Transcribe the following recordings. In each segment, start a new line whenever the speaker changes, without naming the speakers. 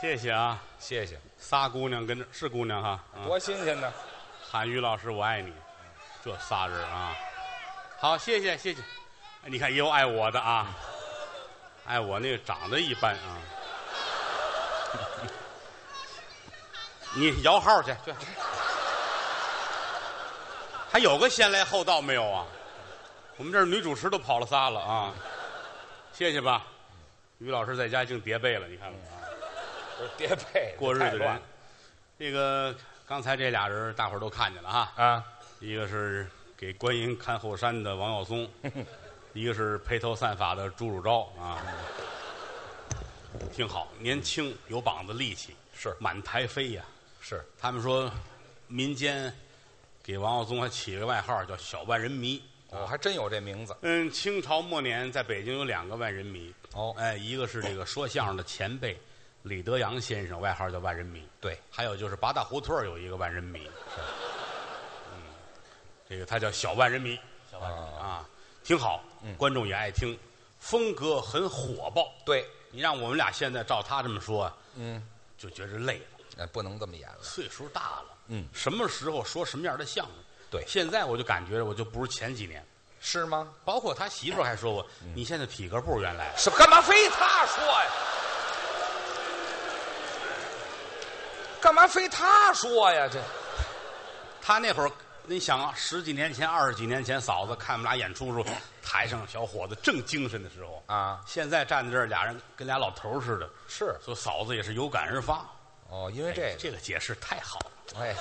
谢谢啊，
谢谢，
仨姑娘跟着是姑娘哈，嗯
多新鲜呢！
喊于老师我爱你，这仨人啊，好，谢谢谢谢，哎你看也有爱我的啊，爱我那个长得一般啊， 你摇号去去，还有个先来后到没有啊？我们这儿女主持都跑了仨了啊，谢谢吧，于老师在家净叠被了，你看看。
不是叠被，
过日子
太
的
乱
人。这个刚才这俩人，大伙儿都看见了啊，
啊，
一个是给观音看后山的王耀松， 一个是披头散发的朱汝昭啊，挺好，年轻有膀子力气，
是
满台飞呀。
是
他们说，民间给王耀宗还起个外号叫“小万人迷”。
我还真有这名字
嗯，清朝末年在北京有两个万人迷，
哦
哎，一个是这个说相声的前辈李德阳先生，外号叫万人迷，
对，
还有就是八大胡同儿有一个万人迷，嗯，这个他叫小万人迷，小万人迷嗯啊，挺好，观众也爱听，风格很火爆。
对，
你让我们俩现在照他这么说，啊
嗯，
就觉着累了，
哎，不能这么演了。
岁数大了，
嗯，
什么时候说什么样的相声？
对
现在我就感觉我就不如前几年，
是吗？
包括他媳妇儿还说我，你现在体格不如原来。
是干嘛非他说呀？干嘛非他说呀？这
他那会儿，你想啊，十几年前、二十几年前，嫂子看我们俩演出时候， 台上小伙子正精神的时候
啊
现在站在这儿，俩人跟俩老头儿似的，
是
所以嫂子也是有感而发。哎
哦，因为这
这个解释太好了，
个，哎，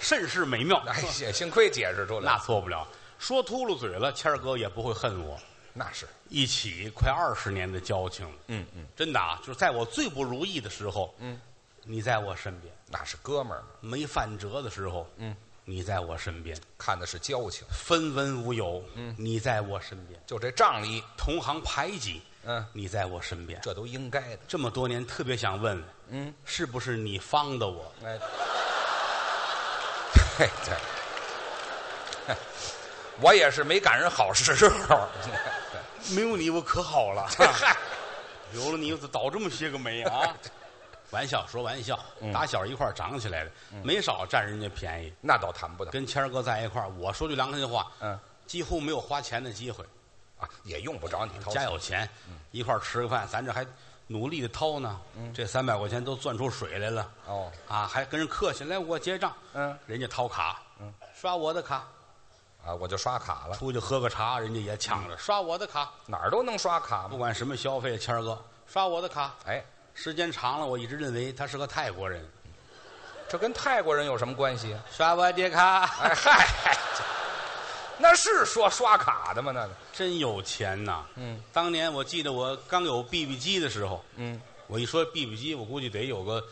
甚是美妙。
哎呀，幸亏解释出来，
那错不了，说秃噜嘴了，谦儿哥也不会恨我。
那是
一起快二十年的交情了，
嗯嗯，
真的啊，就是在我最不如意的时候，嗯，你在我身边；
那是哥们儿嘛，
没饭辙的时候，嗯，你在我身边；
看的是交情，
分文无有，嗯，你在我身边。
就这仗义，
同行排挤，
嗯
你在我身边，
这都应该的。
这么多年，特别想问，嗯，是不是你方的我？
哎， 嘿，这，我也是没赶上好时候。
没有你，我可好了，
嗨，
有了你，我倒这么些个霉 啊！玩笑说玩笑，打小一块儿长起来的，没少占人家便宜。
那倒谈不到
跟谦儿哥在一块儿，我说句良心话，
嗯，
几乎没有花钱的机会。
啊，也用不着你掏
家
钱。
有钱，嗯一块儿吃个饭，咱这还努力的掏呢。这三百块钱都攥出水来了。
哦，
啊，还跟人客气，来我结账。
嗯，
人家掏卡，嗯，刷我的卡，
啊，我就刷卡了，
出去喝个茶，人家也抢
嗯
着刷我的卡，
哪儿都能刷卡
不
嘛。
管什么消费，谦儿哥刷我的卡。
哎，
时间长了，我一直认为他是个泰国人，
这跟泰国人有什么关系啊？
刷我的卡，
哎嗨，这那是说刷卡的吗？那个
真有钱呐。
嗯，
当年我记得我刚有 BB 机的时候，
嗯，
我一说 BB 机，我估计得有个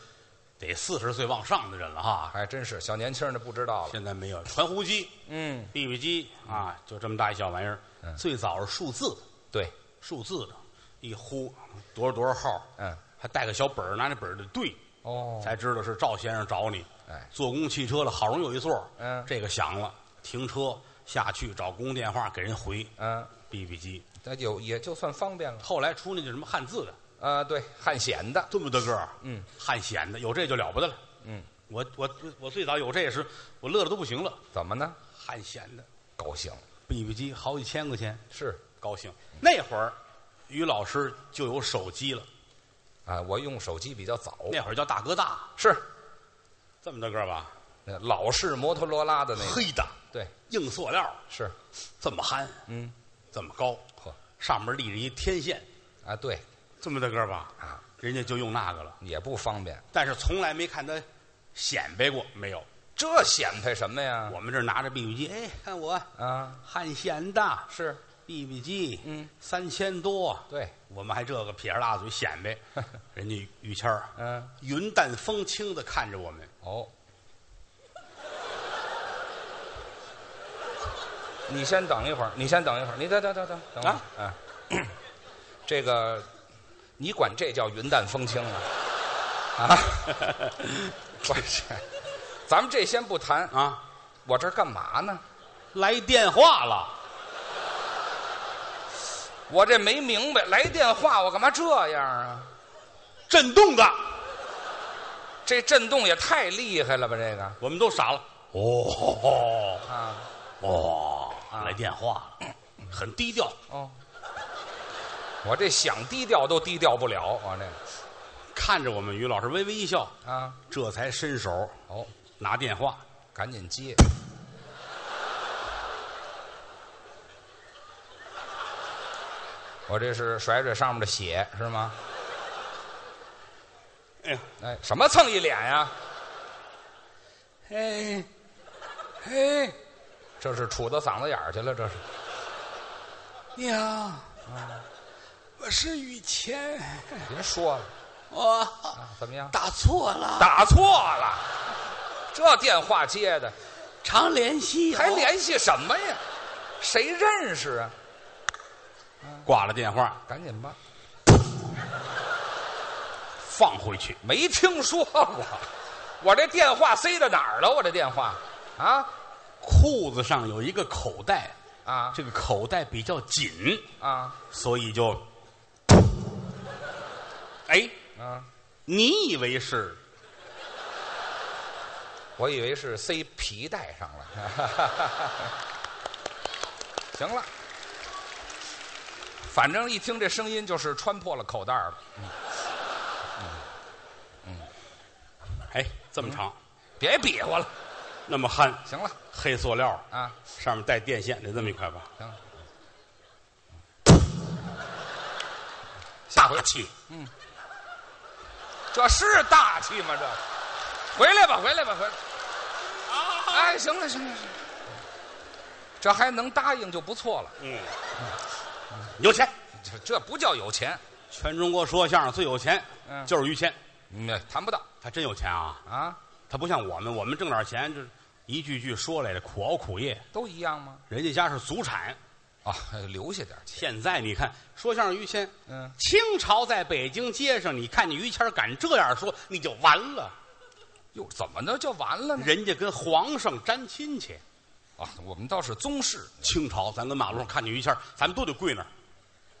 得四十岁往上的人了哈。
还哎真是小年轻的不知道了。
现在没有传呼机、
嗯，
BB 机啊，就这么大一小玩意儿。最早是数字的，
对，
数字的，一呼多少多少号，
嗯，
还带个小本儿，拿那本儿得对，
哦，
才知道是赵先生找你。
哎
坐公共汽车了，好容易有一座，
嗯
这个响了，停车下去找公共电话给人回
嗯，
，BB 机。
那有也就算方便了。
后来出那叫什么汉字的，
啊，对，汉显的，
这么大个儿，
嗯，
汉显的，有这就了不得了。
嗯，
我我我最早有这也是，我乐的都不行了。
怎么呢？
汉显的
高兴
BB 机好几千块钱，
是
高兴。那会儿，于老师就有手机了，
啊，我用手机比较早，
那会儿叫大哥大，
是
这么大个儿吧，
呃老式摩托罗拉的那个，
黑的，
对，
硬塑料，
是，
这么憨，
嗯，
这么高，
呵，
上面立着一天线，
啊，对，
这么大个儿吧，
啊，
人家就用那个了，
也不方便。
但是从来没看他显摆过，没有。
这显摆什么呀？
我们这儿拿着 BB 机，哎，看我
啊，
汉显的
是，
BB 机，
嗯，
三千多，
对，
我们还这个撇着大嘴显 摆，人家于谦儿，
嗯，
云淡风轻的看着我们，
哦，你先等一会儿，你先等一会儿，你等等等等等会儿
啊
啊，这个，你管这叫云淡风轻啊？啊， 不是，咱们这先不谈，
啊，
我这儿干嘛呢？
来电话了。
我这没明白，来电话我干嘛这样啊？
震动的，
这震动也太厉害了吧？这个
我们都傻了。哦
啊，
哦，来电话了，很低调，
哦，我这想低调都低调不了，我这
看着我们于老师微微一笑，
啊，
这才伸手
哦，
拿电话。
赶紧接，我这是甩甩上面的血是吗？
哎呀，
哎，什么蹭一脸呀、
哎，
嘿，这是杵到嗓子眼儿去了，这是
你好，我是雨谦，
别说了
我
啊，怎么样？
打错了，
打错了，这电话接的
常联系
还联系什么呀？谁认识啊？
挂了电话，
赶紧吧，
放回去。
没听说过，我这电话塞到哪儿了？我这电话啊
裤子上有一个口袋，
啊
这个口袋比较紧，
啊
所以就，哎，
啊！
你以为是
我以为是塞皮带上了， 行了，反正一听这声音就是穿破了口袋儿了。
哎这么长，
别比划了，
那么憨，
行了
黑塑料，
啊，
上面带电线，得这么一块吧？
行了，下
大
回
气，
这是大气吗？这，回来吧，回来吧，回来。哎，行了，行了，行了，这还能答应就不错了，
嗯，有钱，
这这不叫有钱，
全中国说相声最有钱
嗯
就是于谦，
嗯，谈不到
他真有钱啊！
啊，
他不像我们，我们挣点钱就是一句句说来的苦熬苦夜，
都一样吗？
人家家是祖产。
啊，留下点钱，
现在你看说相声于谦，
嗯，
清朝在北京街上，你看见于谦儿敢这样说，你就完了。
哟，怎么的就完了呢？
人家跟皇上沾亲戚。
啊，我们倒是宗室，
清朝，咱跟马路上看见于谦儿，咱们都得跪那儿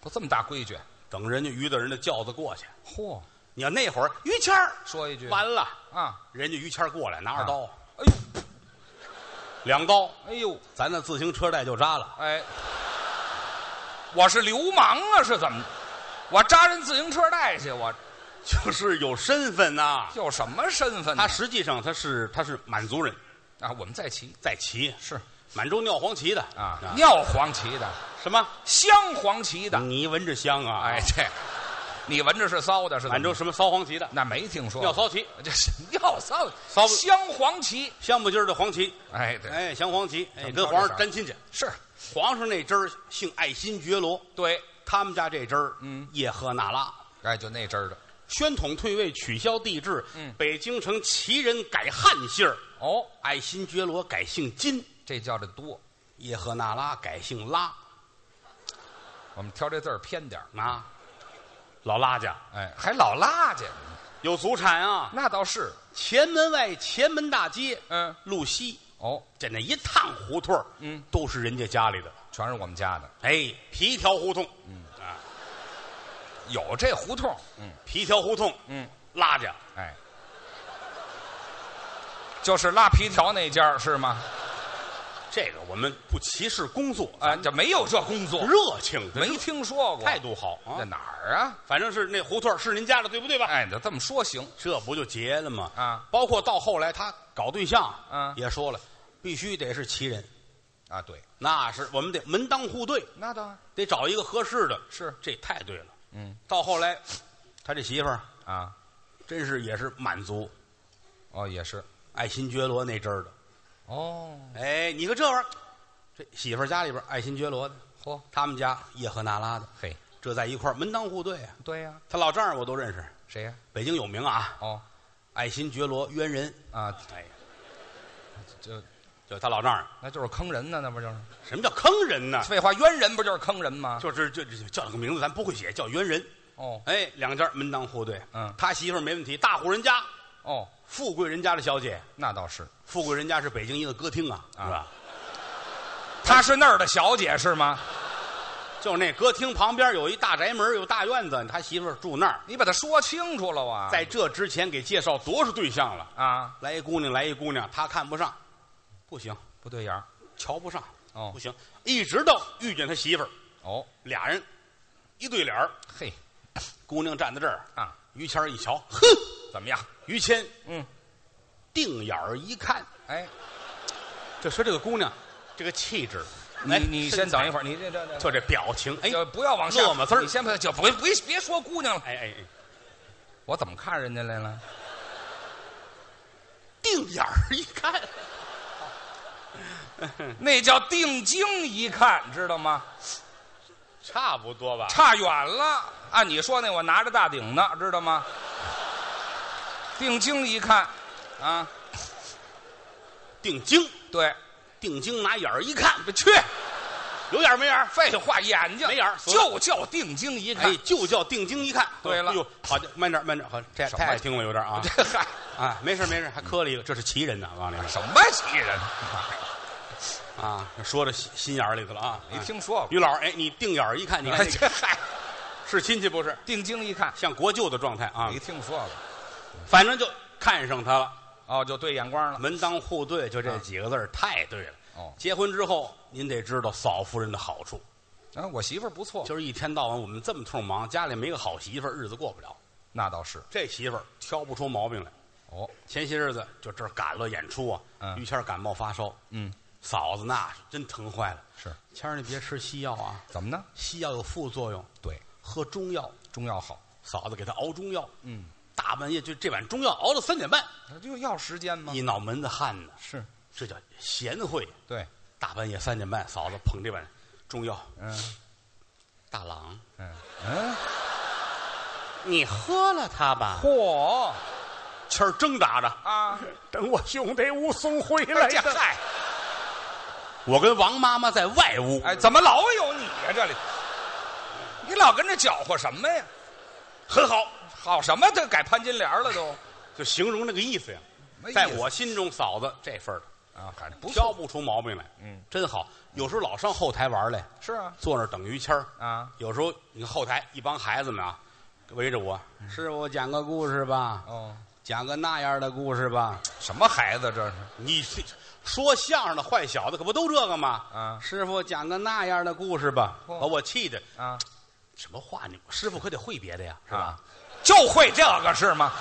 都这么大规矩，
等人家于大人的轿子过去。
嚯，
你要那会儿于谦儿
说一句
完了，
啊，
人家于谦儿过来拿着刀，
哎呦，
两刀，
哎呦，
咱的自行车带就扎了。
哎，我是流氓啊，是怎么？我扎人自行车带去，我
就是有身份呐、
有什么身份 呢？
他实际上他是他是满族人，
啊，我们在骑
在旗，
是
满洲尿黄旗的
啊，尿黄旗的，
什么？
镶黄旗的，
你闻着香啊！
哎，，这你闻着是骚的，是怎么
满洲什么骚黄旗的，
那没听说
尿骚旗，
这是尿骚
骚不
镶黄旗，
香不筋儿的黄旗，
哎，对，
哎，降黄旗，哎，
咱们
跟
到
皇
这
上
儿
沾亲戚。
是，
皇上那支儿姓爱新觉罗，
对，
他们家这支儿，
嗯，
叶赫那拉。
哎，就那阵儿的，
宣统退位，取消帝制，
嗯
北京城旗人改汉姓儿，
哦，
爱新觉罗改姓金，
这叫的多，
叶赫那拉改姓拉
我们挑这字儿偏点儿，
啊，老拉家
哎，还老拉去，
有祖产啊，
那倒是，
前门外前门大街，
嗯，
路西，
哦，
这那一趟胡同
嗯，
都是人家家里的，
全是我们家的，
哎，皮条胡同，
嗯有这胡同，嗯
皮条胡同，
嗯，
拉家
哎，就是拉皮条那家儿是吗？
这个我们不歧视工作，
啊，这没有这工作，
热情
没听说过，
态度好啊，
在哪儿啊？
反正是那胡同是您家的，对不对吧？
哎，你就这么说行，
这不就结了吗？
啊，
包括到后来他搞对象，
嗯
也说了，必须得是旗人，
啊，对，
那是我们得门当户对，
那啊当然
得找一个合适的。
是，
这太对了。
嗯
到后来，他这媳妇儿
啊，
真是也是满族
哦，也是，
爱新觉罗那阵儿的。
哦，
哎，你看这玩意儿，这媳妇儿家里边爱新觉罗的，
嚯，
他们家叶赫那拉的，
嘿，
这在一块儿门当户对啊。
对呀、
他老丈人我都认识，
谁呀、
北京有名啊，
哦，
爱新觉罗渊人。
啊，
哎呀，
就
就他老丈人，
那就是坑人呢，那不就是？
什么叫坑人呢？
废话，冤人不就是坑人吗？
就是就就叫了个名字，咱不会写，叫猿人。
哦
哎，两家门当户对。
嗯
他媳妇儿没问题，大户人家，
哦，
富贵人家的小姐，
那倒是，
富贵人家是北京一个歌厅啊，
啊
是吧？
她是那儿的小姐是吗？
就是那歌厅旁边有一大宅门，有大院子，他媳妇儿住那儿。
你把它说清楚了啊！
在这之前给介绍多少对象了？
啊，
来一姑娘，来一姑娘，他看不上，不行，
不对眼儿
瞧不上，
哦
不行。一直到遇见他媳妇儿，
哦，
俩人一对脸儿，
嘿
姑娘站在这儿，
啊，
于谦儿一瞧，哼，
怎么样？
于谦
嗯，
定眼儿一看，
哎，
这说这个姑娘，这个气质，
你
哎
你
身
先等
材
一会儿，你这这这
就这表情，哎，
就不要往下
乐么丝儿
你先不就不别别说姑娘了，
哎哎哎，
我怎么看人家来了？
定眼儿一看，嗯
那叫定睛一看，知道吗？
差不多吧？
差远了。按你说那我拿着大顶呢，知道吗？定睛一看，啊，
定睛，
对，
定睛，拿眼儿一看，
去，
有眼儿没眼儿？
废话，眼睛
没眼儿
就叫定睛一看
哎。，就叫定睛一看。
对了
哎呦，好的，慢点，慢点，好，这
什么
太听了有点啊
这嗨，
啊，没事没事，还磕了一个，这是奇人呢，往里面
什么奇人？
啊，说到心心眼儿里头了啊。
没
哎
听说过。
于老师，哎，你定眼儿一看，你看 这个
这嗨，
是亲戚不是？
定睛一看，
像国舅的状态啊
没，听说过。
反正就看上他了，
哦，就对眼光了。
门当户对，就这几个字儿太对了。
啊哦，
结婚之后，您得知道嫂夫人的好处，
啊，我媳妇儿不错，
就是一天到晚我们这么通忙，家里没个好媳妇儿，日子过不了。
那倒是。
这媳妇儿挑不出毛病来。
哦，
前些日子就这儿赶了演出啊，
嗯
于谦儿感冒发烧，
嗯，
嫂子那是真疼坏了。
是
谦儿，你别吃西药啊，
怎么呢？
西药有副作用，
对，
喝中药。
中药好。
嫂子给他熬中药，
嗯，
大半夜就这碗中药熬到三点半，
那就要时间吗
一？脑门子汗呢，
是，
这叫贤惠。
对，
大半夜三点半，嫂子捧这碗中药，
嗯
大郎，
嗯嗯，
你喝了它吧。
嚯
谦儿挣扎着，
啊！
等我兄弟武松回
哎
来
这
的。
嗨，
我跟王妈妈在外屋，
哎，怎么老有你呀、这里，你老跟这搅和什么呀？
很好，
好什么？这改潘金莲了都？
就形容那个意思哎呀。哎
没意思
在我心中，嫂子这份儿的
啊，反正不
挑
错。
不出毛病来，
嗯，
真好。有时候老上后台玩来，
是啊，
坐那儿等于谦儿
啊。
有时候你看后台一帮孩子们啊，围着我，师傅讲个故事吧，
哦，
讲个那样的故事吧。
什么孩子这是？
你这说相声的坏小子可不都这个吗？
啊
师傅讲个那样的故事吧，
嚯
把我气的。
啊，
什么话你？师傅可得会别的呀，是吧
啊？就会这个是吗？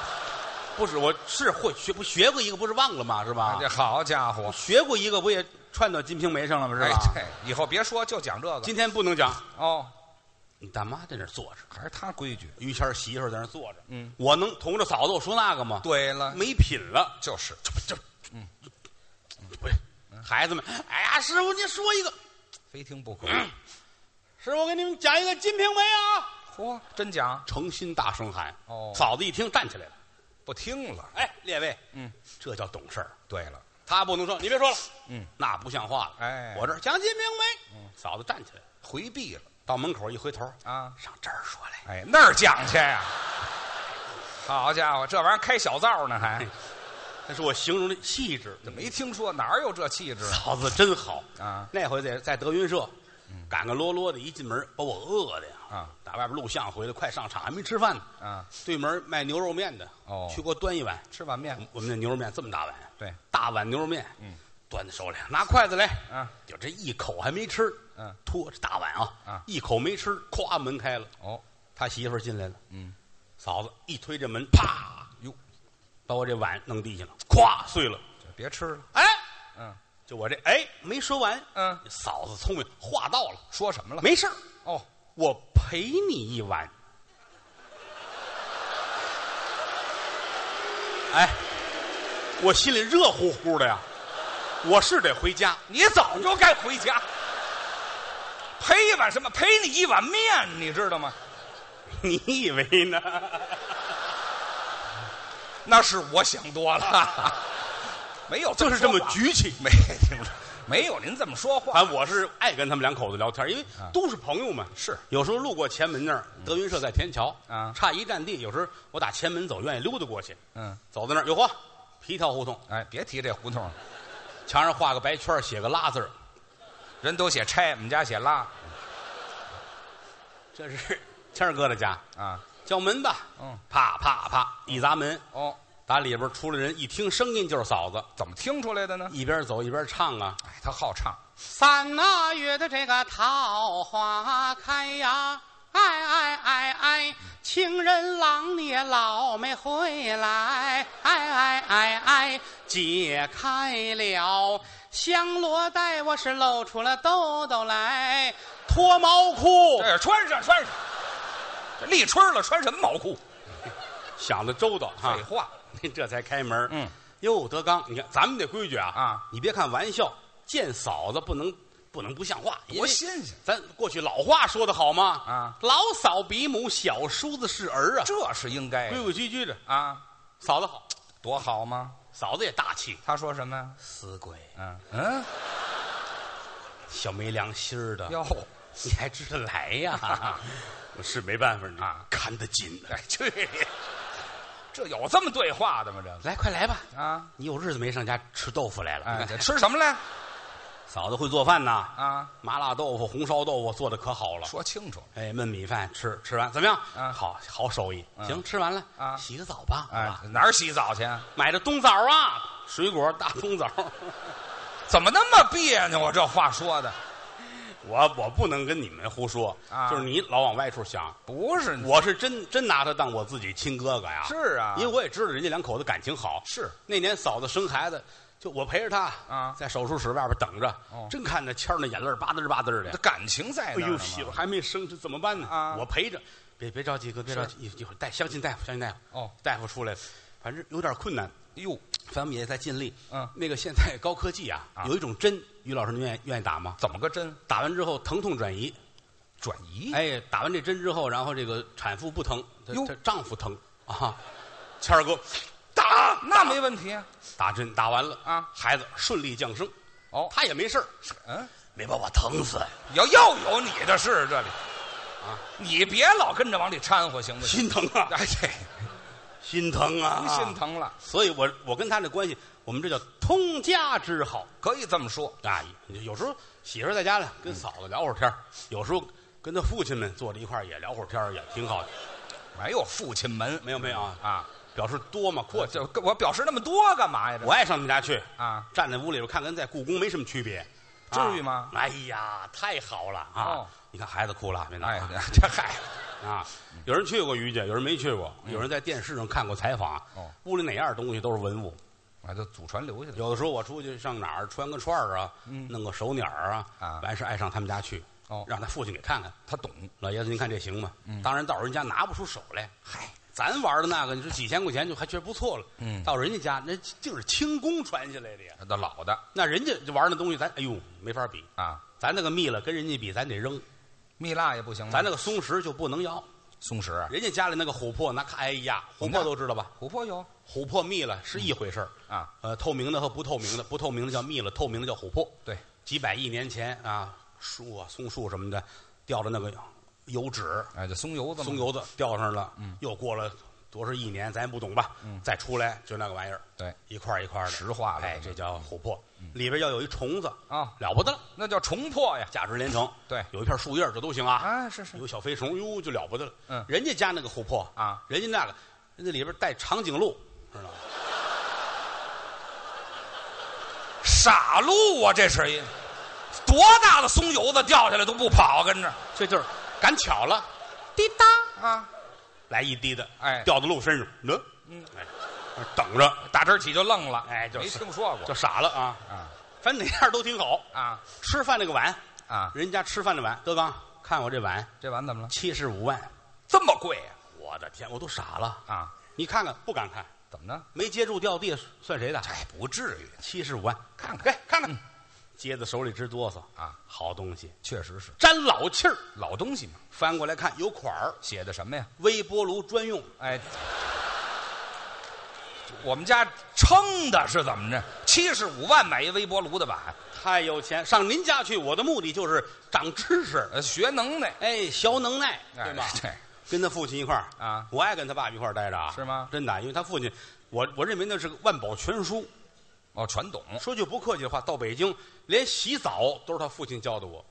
不是，我是会学，不学过一个，不是忘了吗？是吧？
这好家伙！
学过一个，不也串到《金瓶梅》上了吗？是
哎，
吧？
对，以后别说，就讲这个。
今天不能讲，
哦，
你大妈在那儿坐着，
还是他规矩。
于谦儿媳妇儿在那儿坐着，
嗯，
我能同着嫂子我说那个吗？
对啊了，
没品了，
就是
这不这，嗯，不是，孩子们，哎呀，师傅您说一个，
非听不可。
嗯师傅给你们讲一个《金瓶梅》啊，
嚯，真讲
诚心大声喊，
哦
嫂子一听站起来了，
不听了。
哎，列位，
嗯，
这叫懂事儿，
对了，
他不能说你别说了，
嗯，
那不像话了，
哎嗯
我这儿讲《金瓶梅》，嫂子站起来了，
回避了
到门口一回头，
啊。
上这儿说来，
哎，那儿讲去呀、好家伙，这玩意儿开小灶 呢还，
那是我形容的气质，
这没听说哪儿有这气质
嫂子真好
啊？嗯
那回在在德云社，赶个啰啰的，一进门把我饿的呀！
啊，
打外边录像回来，快上场还没吃饭呢。
啊，
对门卖牛肉面的，
哦
去给我端一碗。
吃碗面
我们那牛肉面这么大碗，
对，
大碗牛肉面，嗯，端在手里，拿筷子来，
啊，
就这一口还没吃，
嗯，
托着大碗啊，
啊
一口没吃，咵门开了，
哦，
他媳妇儿进来了，
嗯，
嫂子一推这门，啪，
哟，
把我这碗弄地下了，咵碎了，
这别吃了，
哎，
嗯
就我这哎没说完，
嗯，
嫂子聪明，话到了，
说什么了？
没事儿。
哦，
我陪你一晚。哎，我心里热乎乎的呀，我是得回家。
你早就该回家，赔一碗什么？赔你一碗面，你知道吗？
你以为呢？
那是我想多了，没有
就是这
这
么啊
说话，
局气。
没听说，没有您这么说话，
反正我是爱跟他们两口子聊天，因为都是朋友嘛。
啊是
有时候路过前门那儿，德云社在天桥
啊
差一站地。有时候我打前门走，愿意溜达过去，
嗯，
走到那儿，有嚯，皮条胡同，
哎，别提这胡同了。
墙上画个白圈儿，写个拉字儿，
人都写拆，我们家写拉。
这是谦儿哥的家，
啊，
叫门吧，
嗯，
啪啪啪一砸门，
哦，
打里边出来人，一听声音就是嫂子，
怎么听出来的呢？
一边走一边唱啊，
哎，他好唱，
三那月的这个桃花开呀，哎哎哎哎，情人郎你也老没回来，哎哎哎哎，解开了香罗带，我是露出了兜兜来，脱毛裤，
这穿上穿上，这立春了穿什么毛裤？
想的周到哈
废，话，
这才开门。
嗯，
哟，德刚，你看咱们这规矩啊，
啊，
你别看玩笑，见嫂子不能不能不像话，因
多
为
新鲜！
咱过去老话说的好吗？
啊，
老嫂比母，小叔子是儿啊，
这是应该
规
的
规矩矩的。
啊，
嫂子好，
多好吗？
嫂子也大气，
他说什么呀？
死鬼，
嗯嗯，
小没良心儿的，
哟，
你还知道来 呀？我是没办法
啊，
看得紧呢。
哎去你， 这有这么对话的吗？这
来，快来吧，
个啊，
你有日子没上家吃豆腐来了。
哎，
你
这
看
吃什么来？
嫂子会做饭呐，
啊，
麻辣豆腐、红烧豆腐做的可好了。
说清楚了，
哎，焖米饭吃吃完怎么样？
啊
好好手艺。行，吃完了
啊
洗个澡吧。好
哎
吧，
哪儿洗澡去？啊？
买的冬枣啊，水果大冬枣。
怎么那么别扭啊？这话说的
我我不能跟你们胡说，
啊
就是你老往外处想，
不是你
我是真真拿他当我自己亲哥哥呀。
是啊，
因为我也知道人家两口子感情好。
是
那年嫂子生孩子，就我陪着她
啊
在手术室外边等着，
哦
真看着谦儿那眼泪儿吧嘚儿吧嘚儿
这
的。
感情在
哎
那儿
呦，
呢
媳妇
嘛
儿还没生，这怎么办呢？
啊
我陪着，别别着急，哥，别着急，一一会儿带相信大夫，相信大夫。
哦，
大夫出来了，反正有点困难，
哟，
咱们也在尽力。
嗯
那个现在高科技啊，
啊
有一种针，于老师您愿意愿意打吗？
怎么个针
打完之后疼痛转移，
转移？
哎，打完这针之后，然后这个产妇不疼，她
哟
她丈夫疼啊。谦儿哥，打
那没问题啊。
打针打完了
啊
孩子顺利降生，
哦，
他也没事儿，
嗯，
没把我疼死。
要又有你的事这里啊，你别老跟着往里掺和行不
心
行？
疼啊，
哎，这
心疼啊，
您心。疼了，
所以我我跟他这关系，我们这叫通家之好
可以这么说。
啊。有时候媳妇儿在家呢，跟嫂子聊会儿天儿有时候跟他父亲们坐在一块儿也聊会儿天儿也挺好的。
没有父亲门
没有没有啊，
啊，
表示多嘛阔
我
气。
就我表示那么多干嘛呀？这
我爱上他们家去
啊，
站在屋里边看，跟在故宫没什么区别，
至
啊
于吗？
哎呀，太好了啊
哦！
你看孩子哭了，没闹
哎
啊，
这嗨，
啊！有人去过于家，有人没去过，有人在电视上看过采访
嗯哦。
屋里哪样东西都是文物。
啊，就祖传留下的
有的时候我出去上哪儿穿个串儿啊，弄个手鸟儿啊
嗯啊，
完事爱上他们家去
哦，
让他父亲给看看。
他懂。
老爷子，您看这行吗？当然到人家拿不出手来。嗨，咱玩的那个，你说几千块钱就还觉得不错了。
嗯
到人家家那竟是轻功传下来的呀。
他的老的
那人家就玩那东西，咱哎呦没法比，
啊，
咱那个蜜了跟人家比，咱得扔；
蜜蜡也不行吗？
咱那个松石就不能要。
松石、啊
人家家里那个琥珀，那看哎呀，琥珀都知道吧？
琥珀有
琥珀蜜了是一回事儿，
啊，
呃，透明的和不透明的，不透明的叫蜜了，透明的叫琥珀。
对，
几百亿年前啊，树啊、松树什么的掉的那个油脂、
哎，这嗯松油子嘛
松油子掉上了，又过了多少亿年，咱也不懂吧？再出来就那个玩意儿，
对
一块儿一块儿的
嗯石化了
哎，这叫琥珀。里边要有一虫子，
啊，
了不得了。
那叫重破呀。
价值连城。
对
有一片树叶儿这都行啊，
啊，是是
有小飞虫，哟，就了不得了。
嗯
人家家那个琥珀
啊，
人家那个人家里边带长颈鹿，知道吗？
傻路啊，这是一多大的松油子掉下来都不跑，啊跟着
这就是赶巧了，滴答
啊，
来一滴的，
哎
掉到鹿身上，呢，
嗯，
哎，那儿等着
打这儿起就愣了，
哎就是
没听说过
就傻了啊。
啊
反正哪样都挺好，
啊
吃饭那个碗，
啊，
人家吃饭的碗，德刚看我这碗
这碗怎么了？
七十五万，
这么贵啊呀
我的天，我都傻了。
啊？
你看看，不敢看，
怎么呢？
没接住掉地算谁的？
哎，不至于
七十五万，
看看
给看
嗯
看，接在手里直哆嗦
啊，
好东西，
确实是
沾老气儿。
老东西嘛，
翻过来看，有款儿，
写的什么呀？
微波炉专用，
哎，我们家撑的是怎么着？七十五万买一微波炉的碗，
太有钱。上您家去，我的目的就是长知识，
呃，学能耐，
哎，学能耐，对吧
哎？对，
跟他父亲一块儿
啊
我爱跟他爸一块儿待着啊，
是吗
真的，因为他父亲，我我认为那是个万宝全书。
哦，传统
说句不客气的话，到北京连洗澡都是他父亲教的我。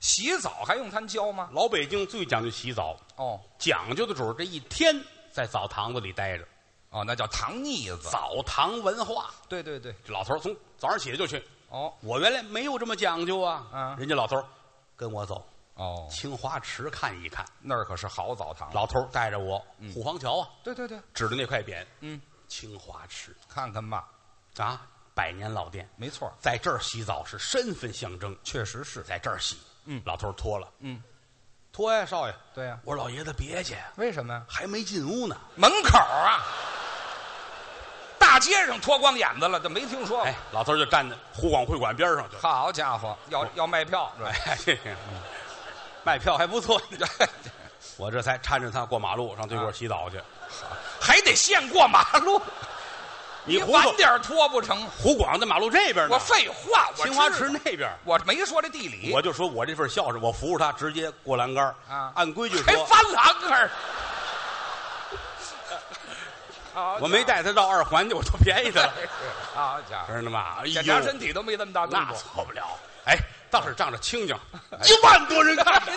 洗澡还用它教吗？
老北京最讲究洗澡，
哦
讲究的主儿这一天在澡堂子里待着，
哦，那叫糖腻子。
澡堂文化。
对对对，
这老头儿从早上起来就去，
哦
我原来没有这么讲究啊。
嗯
人家老头儿跟我走
哦，
青花池看一看，
那儿可是好澡堂。
老头儿带着我虎坊桥啊，
对对对，
指着那块匾，
嗯，
青花池
看看吧，
啊，百年老店，
没错儿，
在这儿洗澡是身份象征，
确实是。
在这儿洗。
嗯
老头儿脱了，
嗯，
脱呀，少爷。
对呀、
我说老爷子别去，
为什么呀？
还没进屋呢。
门口啊，大街上脱光眼子了，这没听说过。
哎，老头儿就站在湖广会馆边上就，
好家伙，要要卖票，
哎，这个卖票还不错。我这才搀着他过马路，上对过洗澡去。
还得先过马路，
你胡
晚
同
点脱不成？
湖广在马路这边呢
我，废话，我
青花
知
池
道，
那边。
我没说这地理，
我就说我这份孝顺，我扶着他直接过栏杆儿
啊
按规矩
还
说，
翻栏 杆儿。好家伙
我没，带他到二环去，我就便宜他了，
好家伙，
知道吗？哎呦
检查身体都没这么大动
那
作，
错不了。哎，倒是仗着清静，
哎
一万多人看
这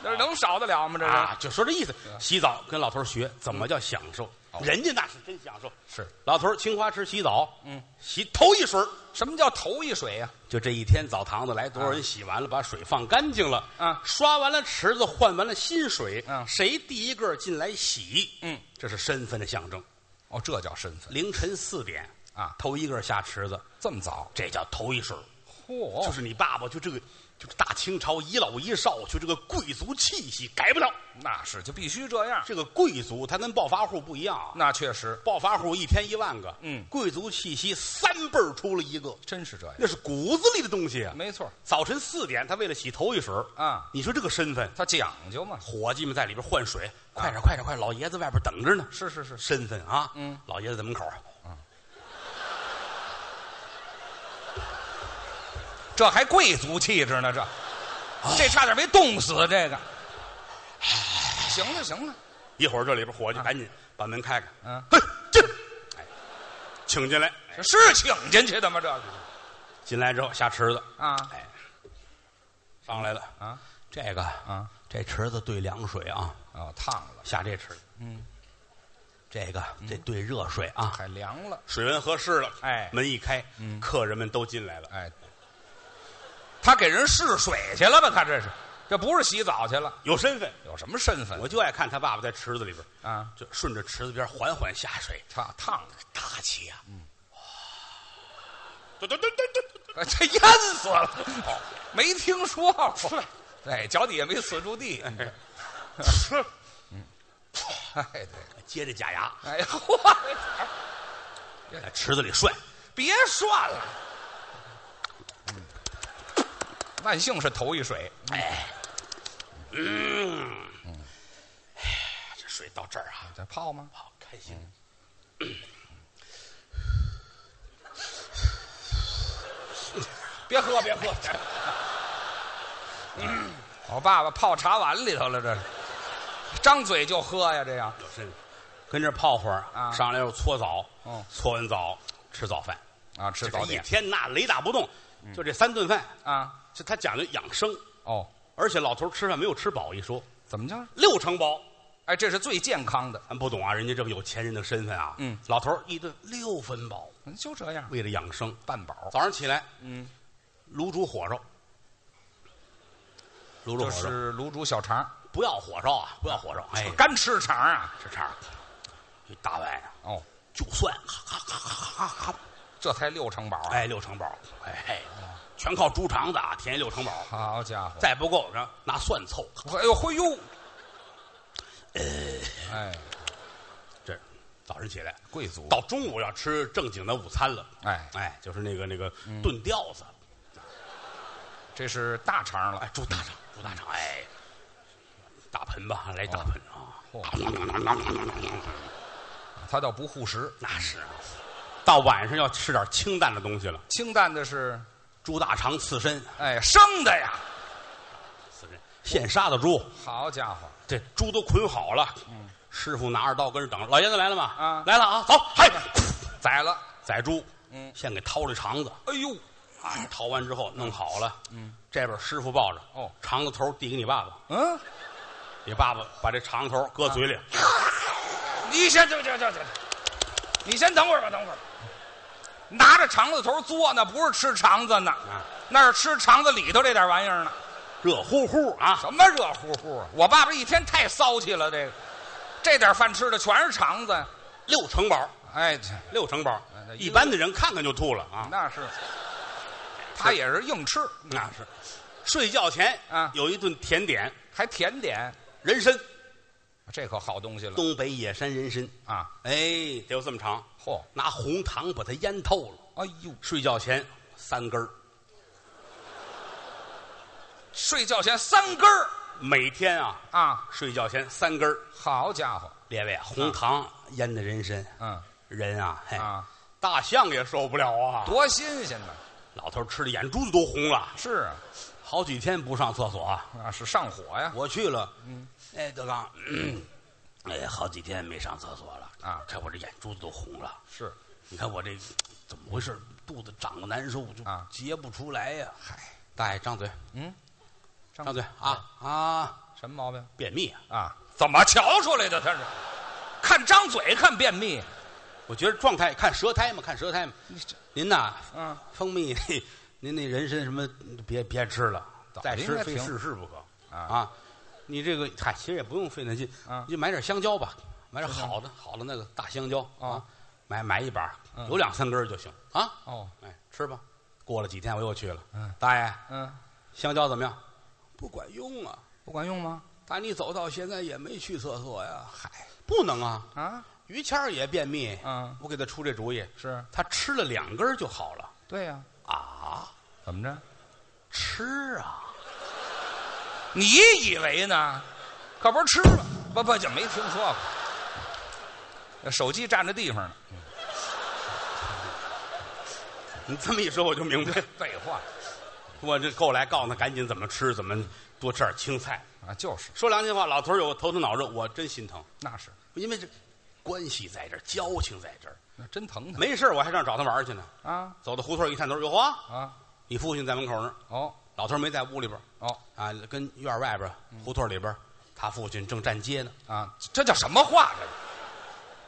这能少得了吗？这
啊
是，
就
嗯
说这意思。洗澡跟老头儿学怎么叫享受，人家那是真享受。
是
老头儿青花池洗澡，
嗯，
洗头一水儿
什么叫头一水啊呀？
就这一天澡堂子来多少人洗完了，把水放干净了，
啊
刷完了池子，换完了新水，
嗯
谁第一个进来洗，
嗯，
这是身份的象征。
哦，这叫身份，
凌晨四点
啊
头一个下池子，
这么早？
这叫头一水儿，
嚯
就是你爸爸就这个，就是大清朝一老一少，就这个贵族气息改不了。
那是就必须这样，
这个贵族他跟暴发户不一样啊，
那确实
暴发户一天一万个，
嗯
贵族气息三辈儿出了一个，
真是这样，
那是骨子里的东西啊。
没错，
早晨四点，他为了洗头一水儿
啊
你说这个身份，
他讲究嘛，
伙计们在里边换水，快点快点快点，老爷子外边等着呢。
啊是是是，
身份啊，
嗯，
老爷子在门口，
这还贵族气质呢，这
哦
这差点没冻死，这个。
哎
行了行了，
一会儿这里边伙计赶紧把门开开，
啊嗯
嘿，进，哎，请进来。哎
这是请进去的吗？这个
进来之后下池子，
啊
哎，上来了，
啊
这个
啊
这池子兑凉水啊，
哦，烫了
下这池，
嗯，
这个这兑热水啊，嗯
还凉了，
嗯水温合适了，
哎
门一开，客人们都进来了。
哎，他给人试水去了吧？他这是，这不是洗澡去了，
有身份，
有什么身份
我就爱看他爸爸在池子里边，
啊？
就顺着池子边缓缓下水，
烫烫了，
大气呀、啊！嗯，哇，噔噔噔噔噔，
哎这淹死了，哦没听说过。哎，脚底下没死住地。哎，
呲
对，
接着假牙
哎呀，嚯，
在池子里涮，哎
别涮了。嗯万幸是头一水，
这水到这儿啊，
这泡吗？
好开心。
别喝，别喝。 我爸爸泡茶碗里头了，这是张嘴就喝呀，这样
有身份，跟这儿泡会儿
啊
上来又搓澡，
哦
搓完澡吃早嗯饭，
啊，吃
这
早
一
点
天那雷打不动，就这三顿饭，
啊。
就他讲究养生，
哦，
而且老头儿吃饭没有吃饱一说，
怎么叫？
六成饱。
哎，这是最健康的，
咱不懂啊，人家这个有钱人的身份啊，
嗯，
老头儿一顿六分饱，
就这样，
为了养生，
半饱。
早上起来
嗯，
卤煮火烧，卤煮
就
火烧，
是卤煮小肠，
不要火烧啊，不要火烧，哎，
干吃肠啊。
这肠儿，一大碗啊
哦，
就蒜，哈哈哈哈哈哈，
这才六成饱啊！
哎，六成饱，哎嘿，全靠猪肠子啊，填六成饱，
好家伙！
再不够然后拿蒜凑，
哎呦，嘿呦，
呃
哎，
这早上起来，
贵族
到中午要吃正经的午餐了，
哎
哎，就是那个那个
嗯
炖吊子，
这是大肠了
哎，，猪大肠，猪大肠，哎，大盆吧，来大盆啊，
哦他倒不护食，
那是啊。到晚上要吃点清淡的东西了，
清淡的是
猪大肠刺身，
哎生的呀，
刺身现杀的猪，
好家伙，
这猪都捆好了，师傅拿着刀跟人等着，老爷子来了吗？
嗯啊
来了啊，走，嗨，
宰了，
宰猪，
嗯
先给掏这肠子，
哎呦，
啊，掏完之后弄好了，嗯，这边师傅抱着，
哦
长个头递给你爸爸，
嗯，
你爸爸把这长头搁嘴
啊
里，
你先这这这这，你先等会儿吧，等会儿。拿着肠子头嘬呢，不是吃肠子呢，
啊
那是吃肠子里头这点玩意儿呢。
热乎乎啊，
什么热乎乎啊！我爸爸一天太骚气了，这个，这点饭吃的全是肠子。
六成饱，
哎，这
六成饱
哎那，
一般的人看看就吐了啊。
那是，他也是硬吃，
那是，睡觉前
啊
有一顿甜点，
还甜点，
人参，
这可好东西了
东北野山人参，
啊！
哎，得有这么长，
嚯，
拿红糖把它腌透了，
哎呦，
睡觉前三根儿，
睡觉前三根儿
每天啊，
啊，
睡觉前三根儿，
好家伙，
列位啊，红糖腌的人参，
嗯
人啊，嘿，
啊，
大象也受不了啊，
多新鲜呢！
老头吃的眼珠子都红了，
是啊，
好几天不上厕所啊。
啊是上火呀，
我去了，嗯，哎，德刚，咳哎，好几天没上厕所了
啊
看我这眼珠子都红了，
是，
你看我这怎么回事？肚子长得难受，就
啊
结不出来呀、
嗨，
大爷，张嘴，
嗯，张
张嘴啊啊！
什么毛病
便秘啊！
啊？怎么瞧出来的？他是看张嘴看便秘，
我觉得状态看舌苔嘛，看舌苔嘛。
你这
您呐，
嗯，
蜂蜜，嘿您那人参什么 别别吃了，
早
再
应
吃
该
非
停
试试不可
啊
你这个嗨，其实也不用费那劲，
啊
你就买点香蕉吧，买点好的好的那个大香蕉
啊，
买买一把
嗯，
有两三根儿就行啊。
哦，
哎，吃吧。过了几天我又去了，
嗯，
大爷，
嗯，
香蕉怎么样？不管用啊！
不管用吗？
打你走到现在也没去厕所呀。嗨，不能啊！
啊，
于谦儿也便秘，
嗯，
我给他出这主意，
是
他吃了两根儿就好了
对呀，
啊。
怎么着？
吃啊，
你以为呢？可不是吃了，不不就没听说过。手机占着地方呢，
你这么一说我就明白，
废话
我这后来告诉他赶紧怎么吃，怎么多吃点青菜。
啊，就是
说良心话，老头儿有头疼脑热，我真心疼，
那是，
因为这关系在这儿，交情在这儿。
那真疼他
没事儿我还上找他玩儿去呢。
啊
走到胡同儿一探头，哟呵，
啊
你父亲在门口呢。
哦
老头儿没在屋里边儿
哦
啊，跟院儿外边儿胡同里边儿，他父亲正站街呢，
啊，这这叫什么话？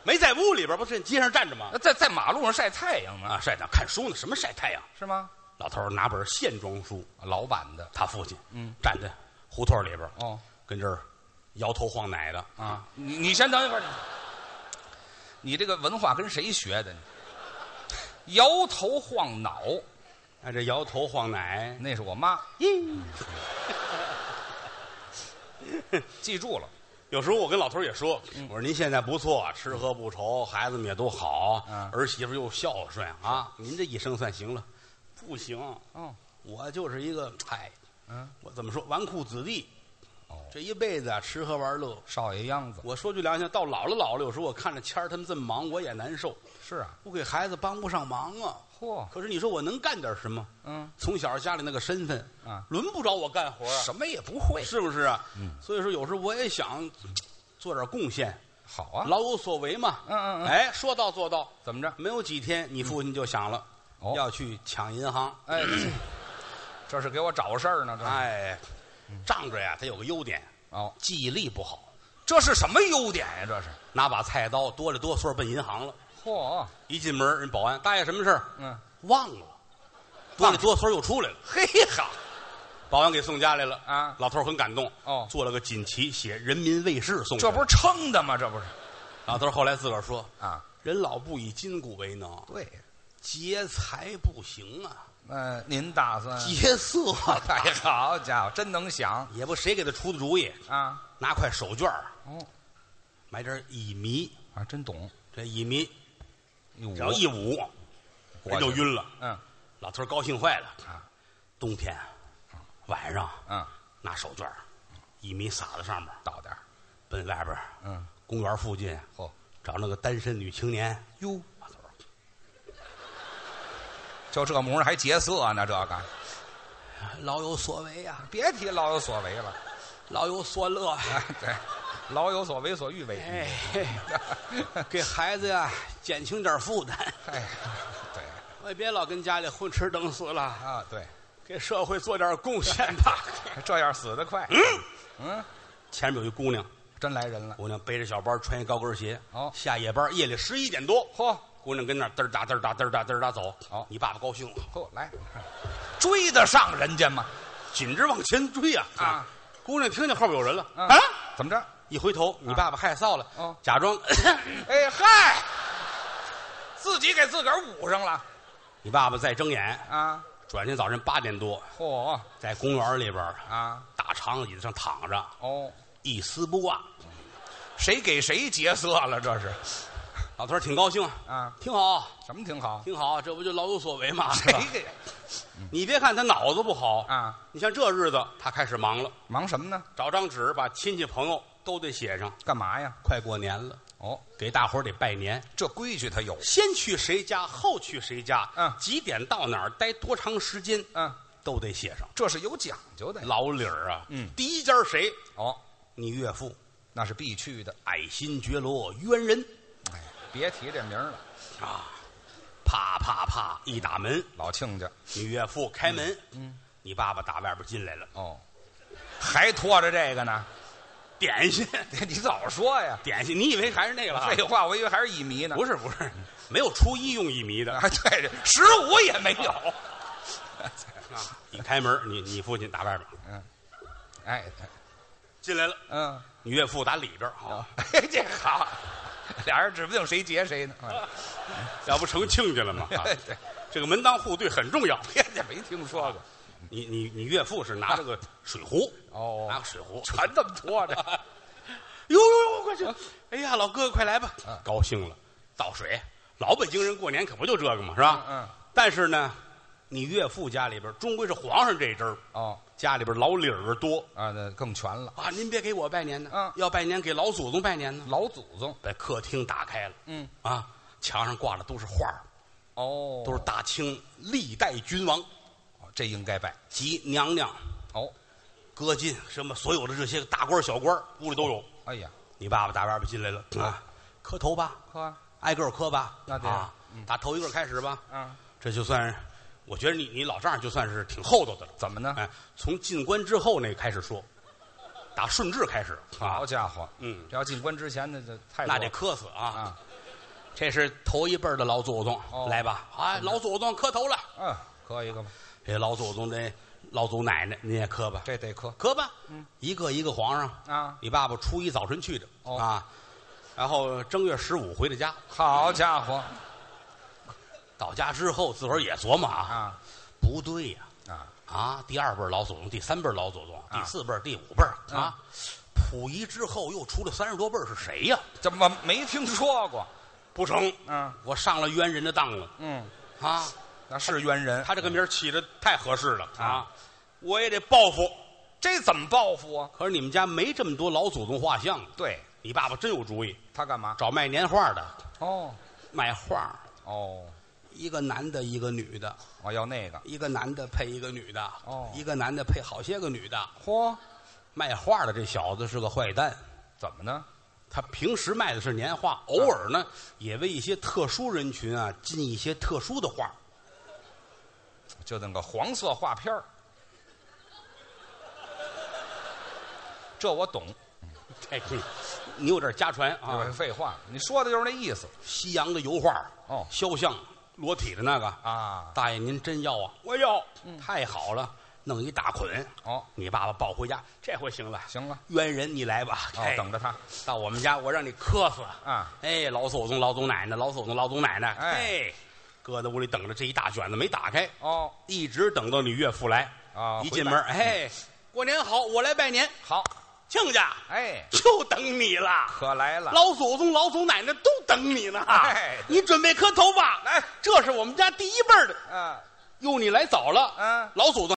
没在屋里边儿，不是街上站着吗
这？在在马路上晒太阳呢，
啊，晒太阳看书呢，什么晒太阳？
是吗？
老头儿拿本线装书，
老版的
他父亲
嗯
站在胡同里边儿，
哦
跟这儿摇头晃脑的，
啊，你你先等一会儿，你你这个文化跟谁学的？你摇头晃脑，
哎，这摇头晃脑，
那是我妈，
咦，
记住了。
有时候我跟老头儿也说，我说您现在不错，吃喝不愁，孩子们也都好，
嗯
儿媳妇又孝顺啊，您这一生算行了。不行，
哦，
我就是一个，哎，
嗯，
我怎么说，纨绔子弟，
哦，
这一辈子啊，吃喝玩乐。
少爷样子
我说句良心，到老了老了，有时候我看着谦儿他们这么忙，我也难受。
是啊，
我给孩子帮不上忙啊。
嚯，
可是你说我能干点什么？
嗯，
从小家里那个身份
啊
轮不着我干活啊，
什么也不会，嗯
是不是啊？所以说有时候我也想做点贡献，
好啊，
老有所为嘛。
嗯嗯嗯
哎，说到做到，
怎么着？
没有几天，你父亲就想了，
哦
要去抢银行。
哎， 这是给我找事儿呢，这是
哎，仗着呀，他有个优点，
哦，
记忆力不好，
这是什么优点呀？这是，
拿把菜刀哆里哆嗦奔银行了。
嚯，
一进门，人保安大爷什么事儿？
嗯，
忘了，哆里哆嗦又出来了。
嘿哈，
保安给送家来了
啊
老头儿很感动
哦
做了个锦旗，写“人民卫士”送去
这
了。
不是撑的吗？这不是
老头儿后来自个儿说
啊？：“
人老不以筋骨为能，
对，
劫财不行啊，
呃，您 打算？
劫色啊
哎，好家伙，真能想
也不谁给他出的主意，
啊！
拿块手绢儿
哦，
买点乙醚，
还啊真懂，
这乙醚只
只
要一捂，人就晕了。
嗯
老头儿高兴坏了
啊，
冬天晚上
嗯，
拿手绢儿乙醚撒在上面，
倒点儿
奔外边儿
嗯，
公园附近
嚯
找那个单身女青年。
哟，
老头儿
就这模样还劫色呢？这个
哎老有所为呀、
别提老有所为了，
老有所乐。
哎对，老有所为所欲为。
哎，给孩子呀、减 轻点负担，
哎，对
我也别老跟家里混吃等死了。
啊，对，
给社会做点贡献吧。
这样死得快。
嗯前面有一姑娘，
真来人了，
姑娘背着小包，穿一高跟鞋，
哦
下夜班，夜里十一点多，
嚯
姑娘跟那儿嘚儿哒嘚儿哒嘚儿哒嘚儿哒走。
哦
你爸爸高兴了，
嚯，来，追得上人家吗？
紧着往前追呀
啊
姑娘听见后边有人了
嗯
啊，
怎么着？
一回头，你爸爸害臊了，
啊哦
假装，
哎嗨，自己给自个儿捂上了
你爸爸再睁眼，
啊！
转天早晨八点多，
嚯
在公园里边儿
啊
大长椅子上躺着，
哦，
一丝不挂。
谁给谁劫色了？这是
老头儿挺高兴
啊，
挺好，
什么挺好？
挺好，这不就老有所为 嘛？是
谁
吧
给
你别看他脑子不好
啊？
你像这日子，他开始忙了，
忙什么呢？
找张纸把亲戚朋友都得写上。
干嘛呀？
快过年了，
哦，
给大伙儿得拜年，
这规矩他有。
先去谁家，后去谁家，
嗯
几点到哪儿，待多长时间，
嗯，
都得写上。
这是有讲究的。
老理儿啊，
嗯
第一家谁？
哦，
你岳父，
那是必去的。
爱新觉罗冤人
哎，别提这名儿了，
啊！啪啪啪，一打门，
老亲家。
你岳父开门，嗯，你爸爸打外边进来了，
哦，还拖着这个 呢？
点心，
你早说呀！
点心，你以为还是那个了啊？
废话，我以为还是乙醚呢。
不是不是，没有初一用一米的。
啊， 对，十五也没有。
一开门，你你父亲打外边
哎，
进来了，
嗯，
你岳父打里边啊，
哎，这好，俩人指不定谁劫谁呢。哎
要不成亲家了吗？啊
对
这个门当户对很重要。
别这没听说过，
你你你岳父是拿着个水壶，
哦
拿个水壶，
全这么拖着。
哟呦呦，快去！哎呀，老哥哥快来吧！啊高兴了，倒水。老北京人过年可不就这个嘛，是吧？
嗯嗯
但是呢，你岳父家里边终归是皇上这一支儿，
哦，
家里边老理儿多
啊，那更全了。
啊。您别给我拜年呢，
嗯
要拜年给老祖宗拜年呢。
老祖宗，
把客厅打开了，
嗯，
啊，墙上挂的都是画儿
哦
都是大清历代君王
这应该拜。
及娘娘、
哦，
歌进什么所有的这些大官儿小官儿屋里都有。
哎呀，
你爸爸打外边进来了啊，磕头吧，
呵，
挨个儿磕吧，
那得
啊，打头一个开始吧，
嗯，
这就算，我觉得你你老丈人就算是挺厚道的了。
怎么呢？
哎，从进关之后那开始说，打顺治开始啊
好，家伙，
嗯
这要进关之前那就太多
那
了
得磕死啊！
啊，
这是头一辈儿的老祖宗
哦，
来吧，啊，老祖宗磕头了。
嗯，磕一个吧，
这老祖宗这老祖奶奶，您也磕吧，
这得磕
磕吧，一个一个皇上
啊
你爸爸初一早晨去的、
哦
啊，然后正月十五回的家，
好家伙
到家之后自个儿也琢磨啊，
啊
不对呀、
啊！
啊，第二辈儿老祖宗，第三辈儿老祖宗，
啊
第四辈儿、第五辈儿啊，溥仪之后又出了三十多辈儿是谁呀、
怎么没听说过？
不成，
嗯
我上了冤人的当了
嗯，
啊！
那是冤人，
他这个名儿起的太合适了
啊
啊，我也得报复。
这怎么报复啊？
可是你们家没这么多老祖宗画像，
对
你爸爸真有主意。
他干嘛？
找卖年画的，
哦
卖画，
哦，
一个男的，一个女的，
我要那个。
一个男的配一个女的，
哦
一个男的配好些个女的。
嚯，
卖画的这小子是个坏蛋，
怎么呢？
他平时卖的是年画，偶尔呢也为一些特殊人群啊进一些特殊的画。
就那个黄色画片儿，这我懂，
哎，你有点家传
对
啊
吧？，废话，你说的就是那意思
西洋的油画，
哦
肖像裸体的那个。
啊。
大爷，您真要啊？我要，
嗯
太好了，弄一大捆。
哦，
你爸爸抱回家，这回行了，
行了，
冤人你来吧，
哦
哎，
等着他。
到我们家，我让你磕死
啊！
哎，老祖宗、老祖奶奶、老祖宗、老祖奶奶，
哎
哎，搁在屋里等着，这一大卷子没打开，
哦，
一直等到你岳父来
啊
一进门，哎，过年好，我来拜年，
好，
亲家，
哎，
就等你了，
可来了，
老祖宗、老祖奶奶都等你呢，
哎
你准备磕头吧？
来
这是我们家第一辈儿的，
啊，
哟，你来早了，
嗯
老祖宗。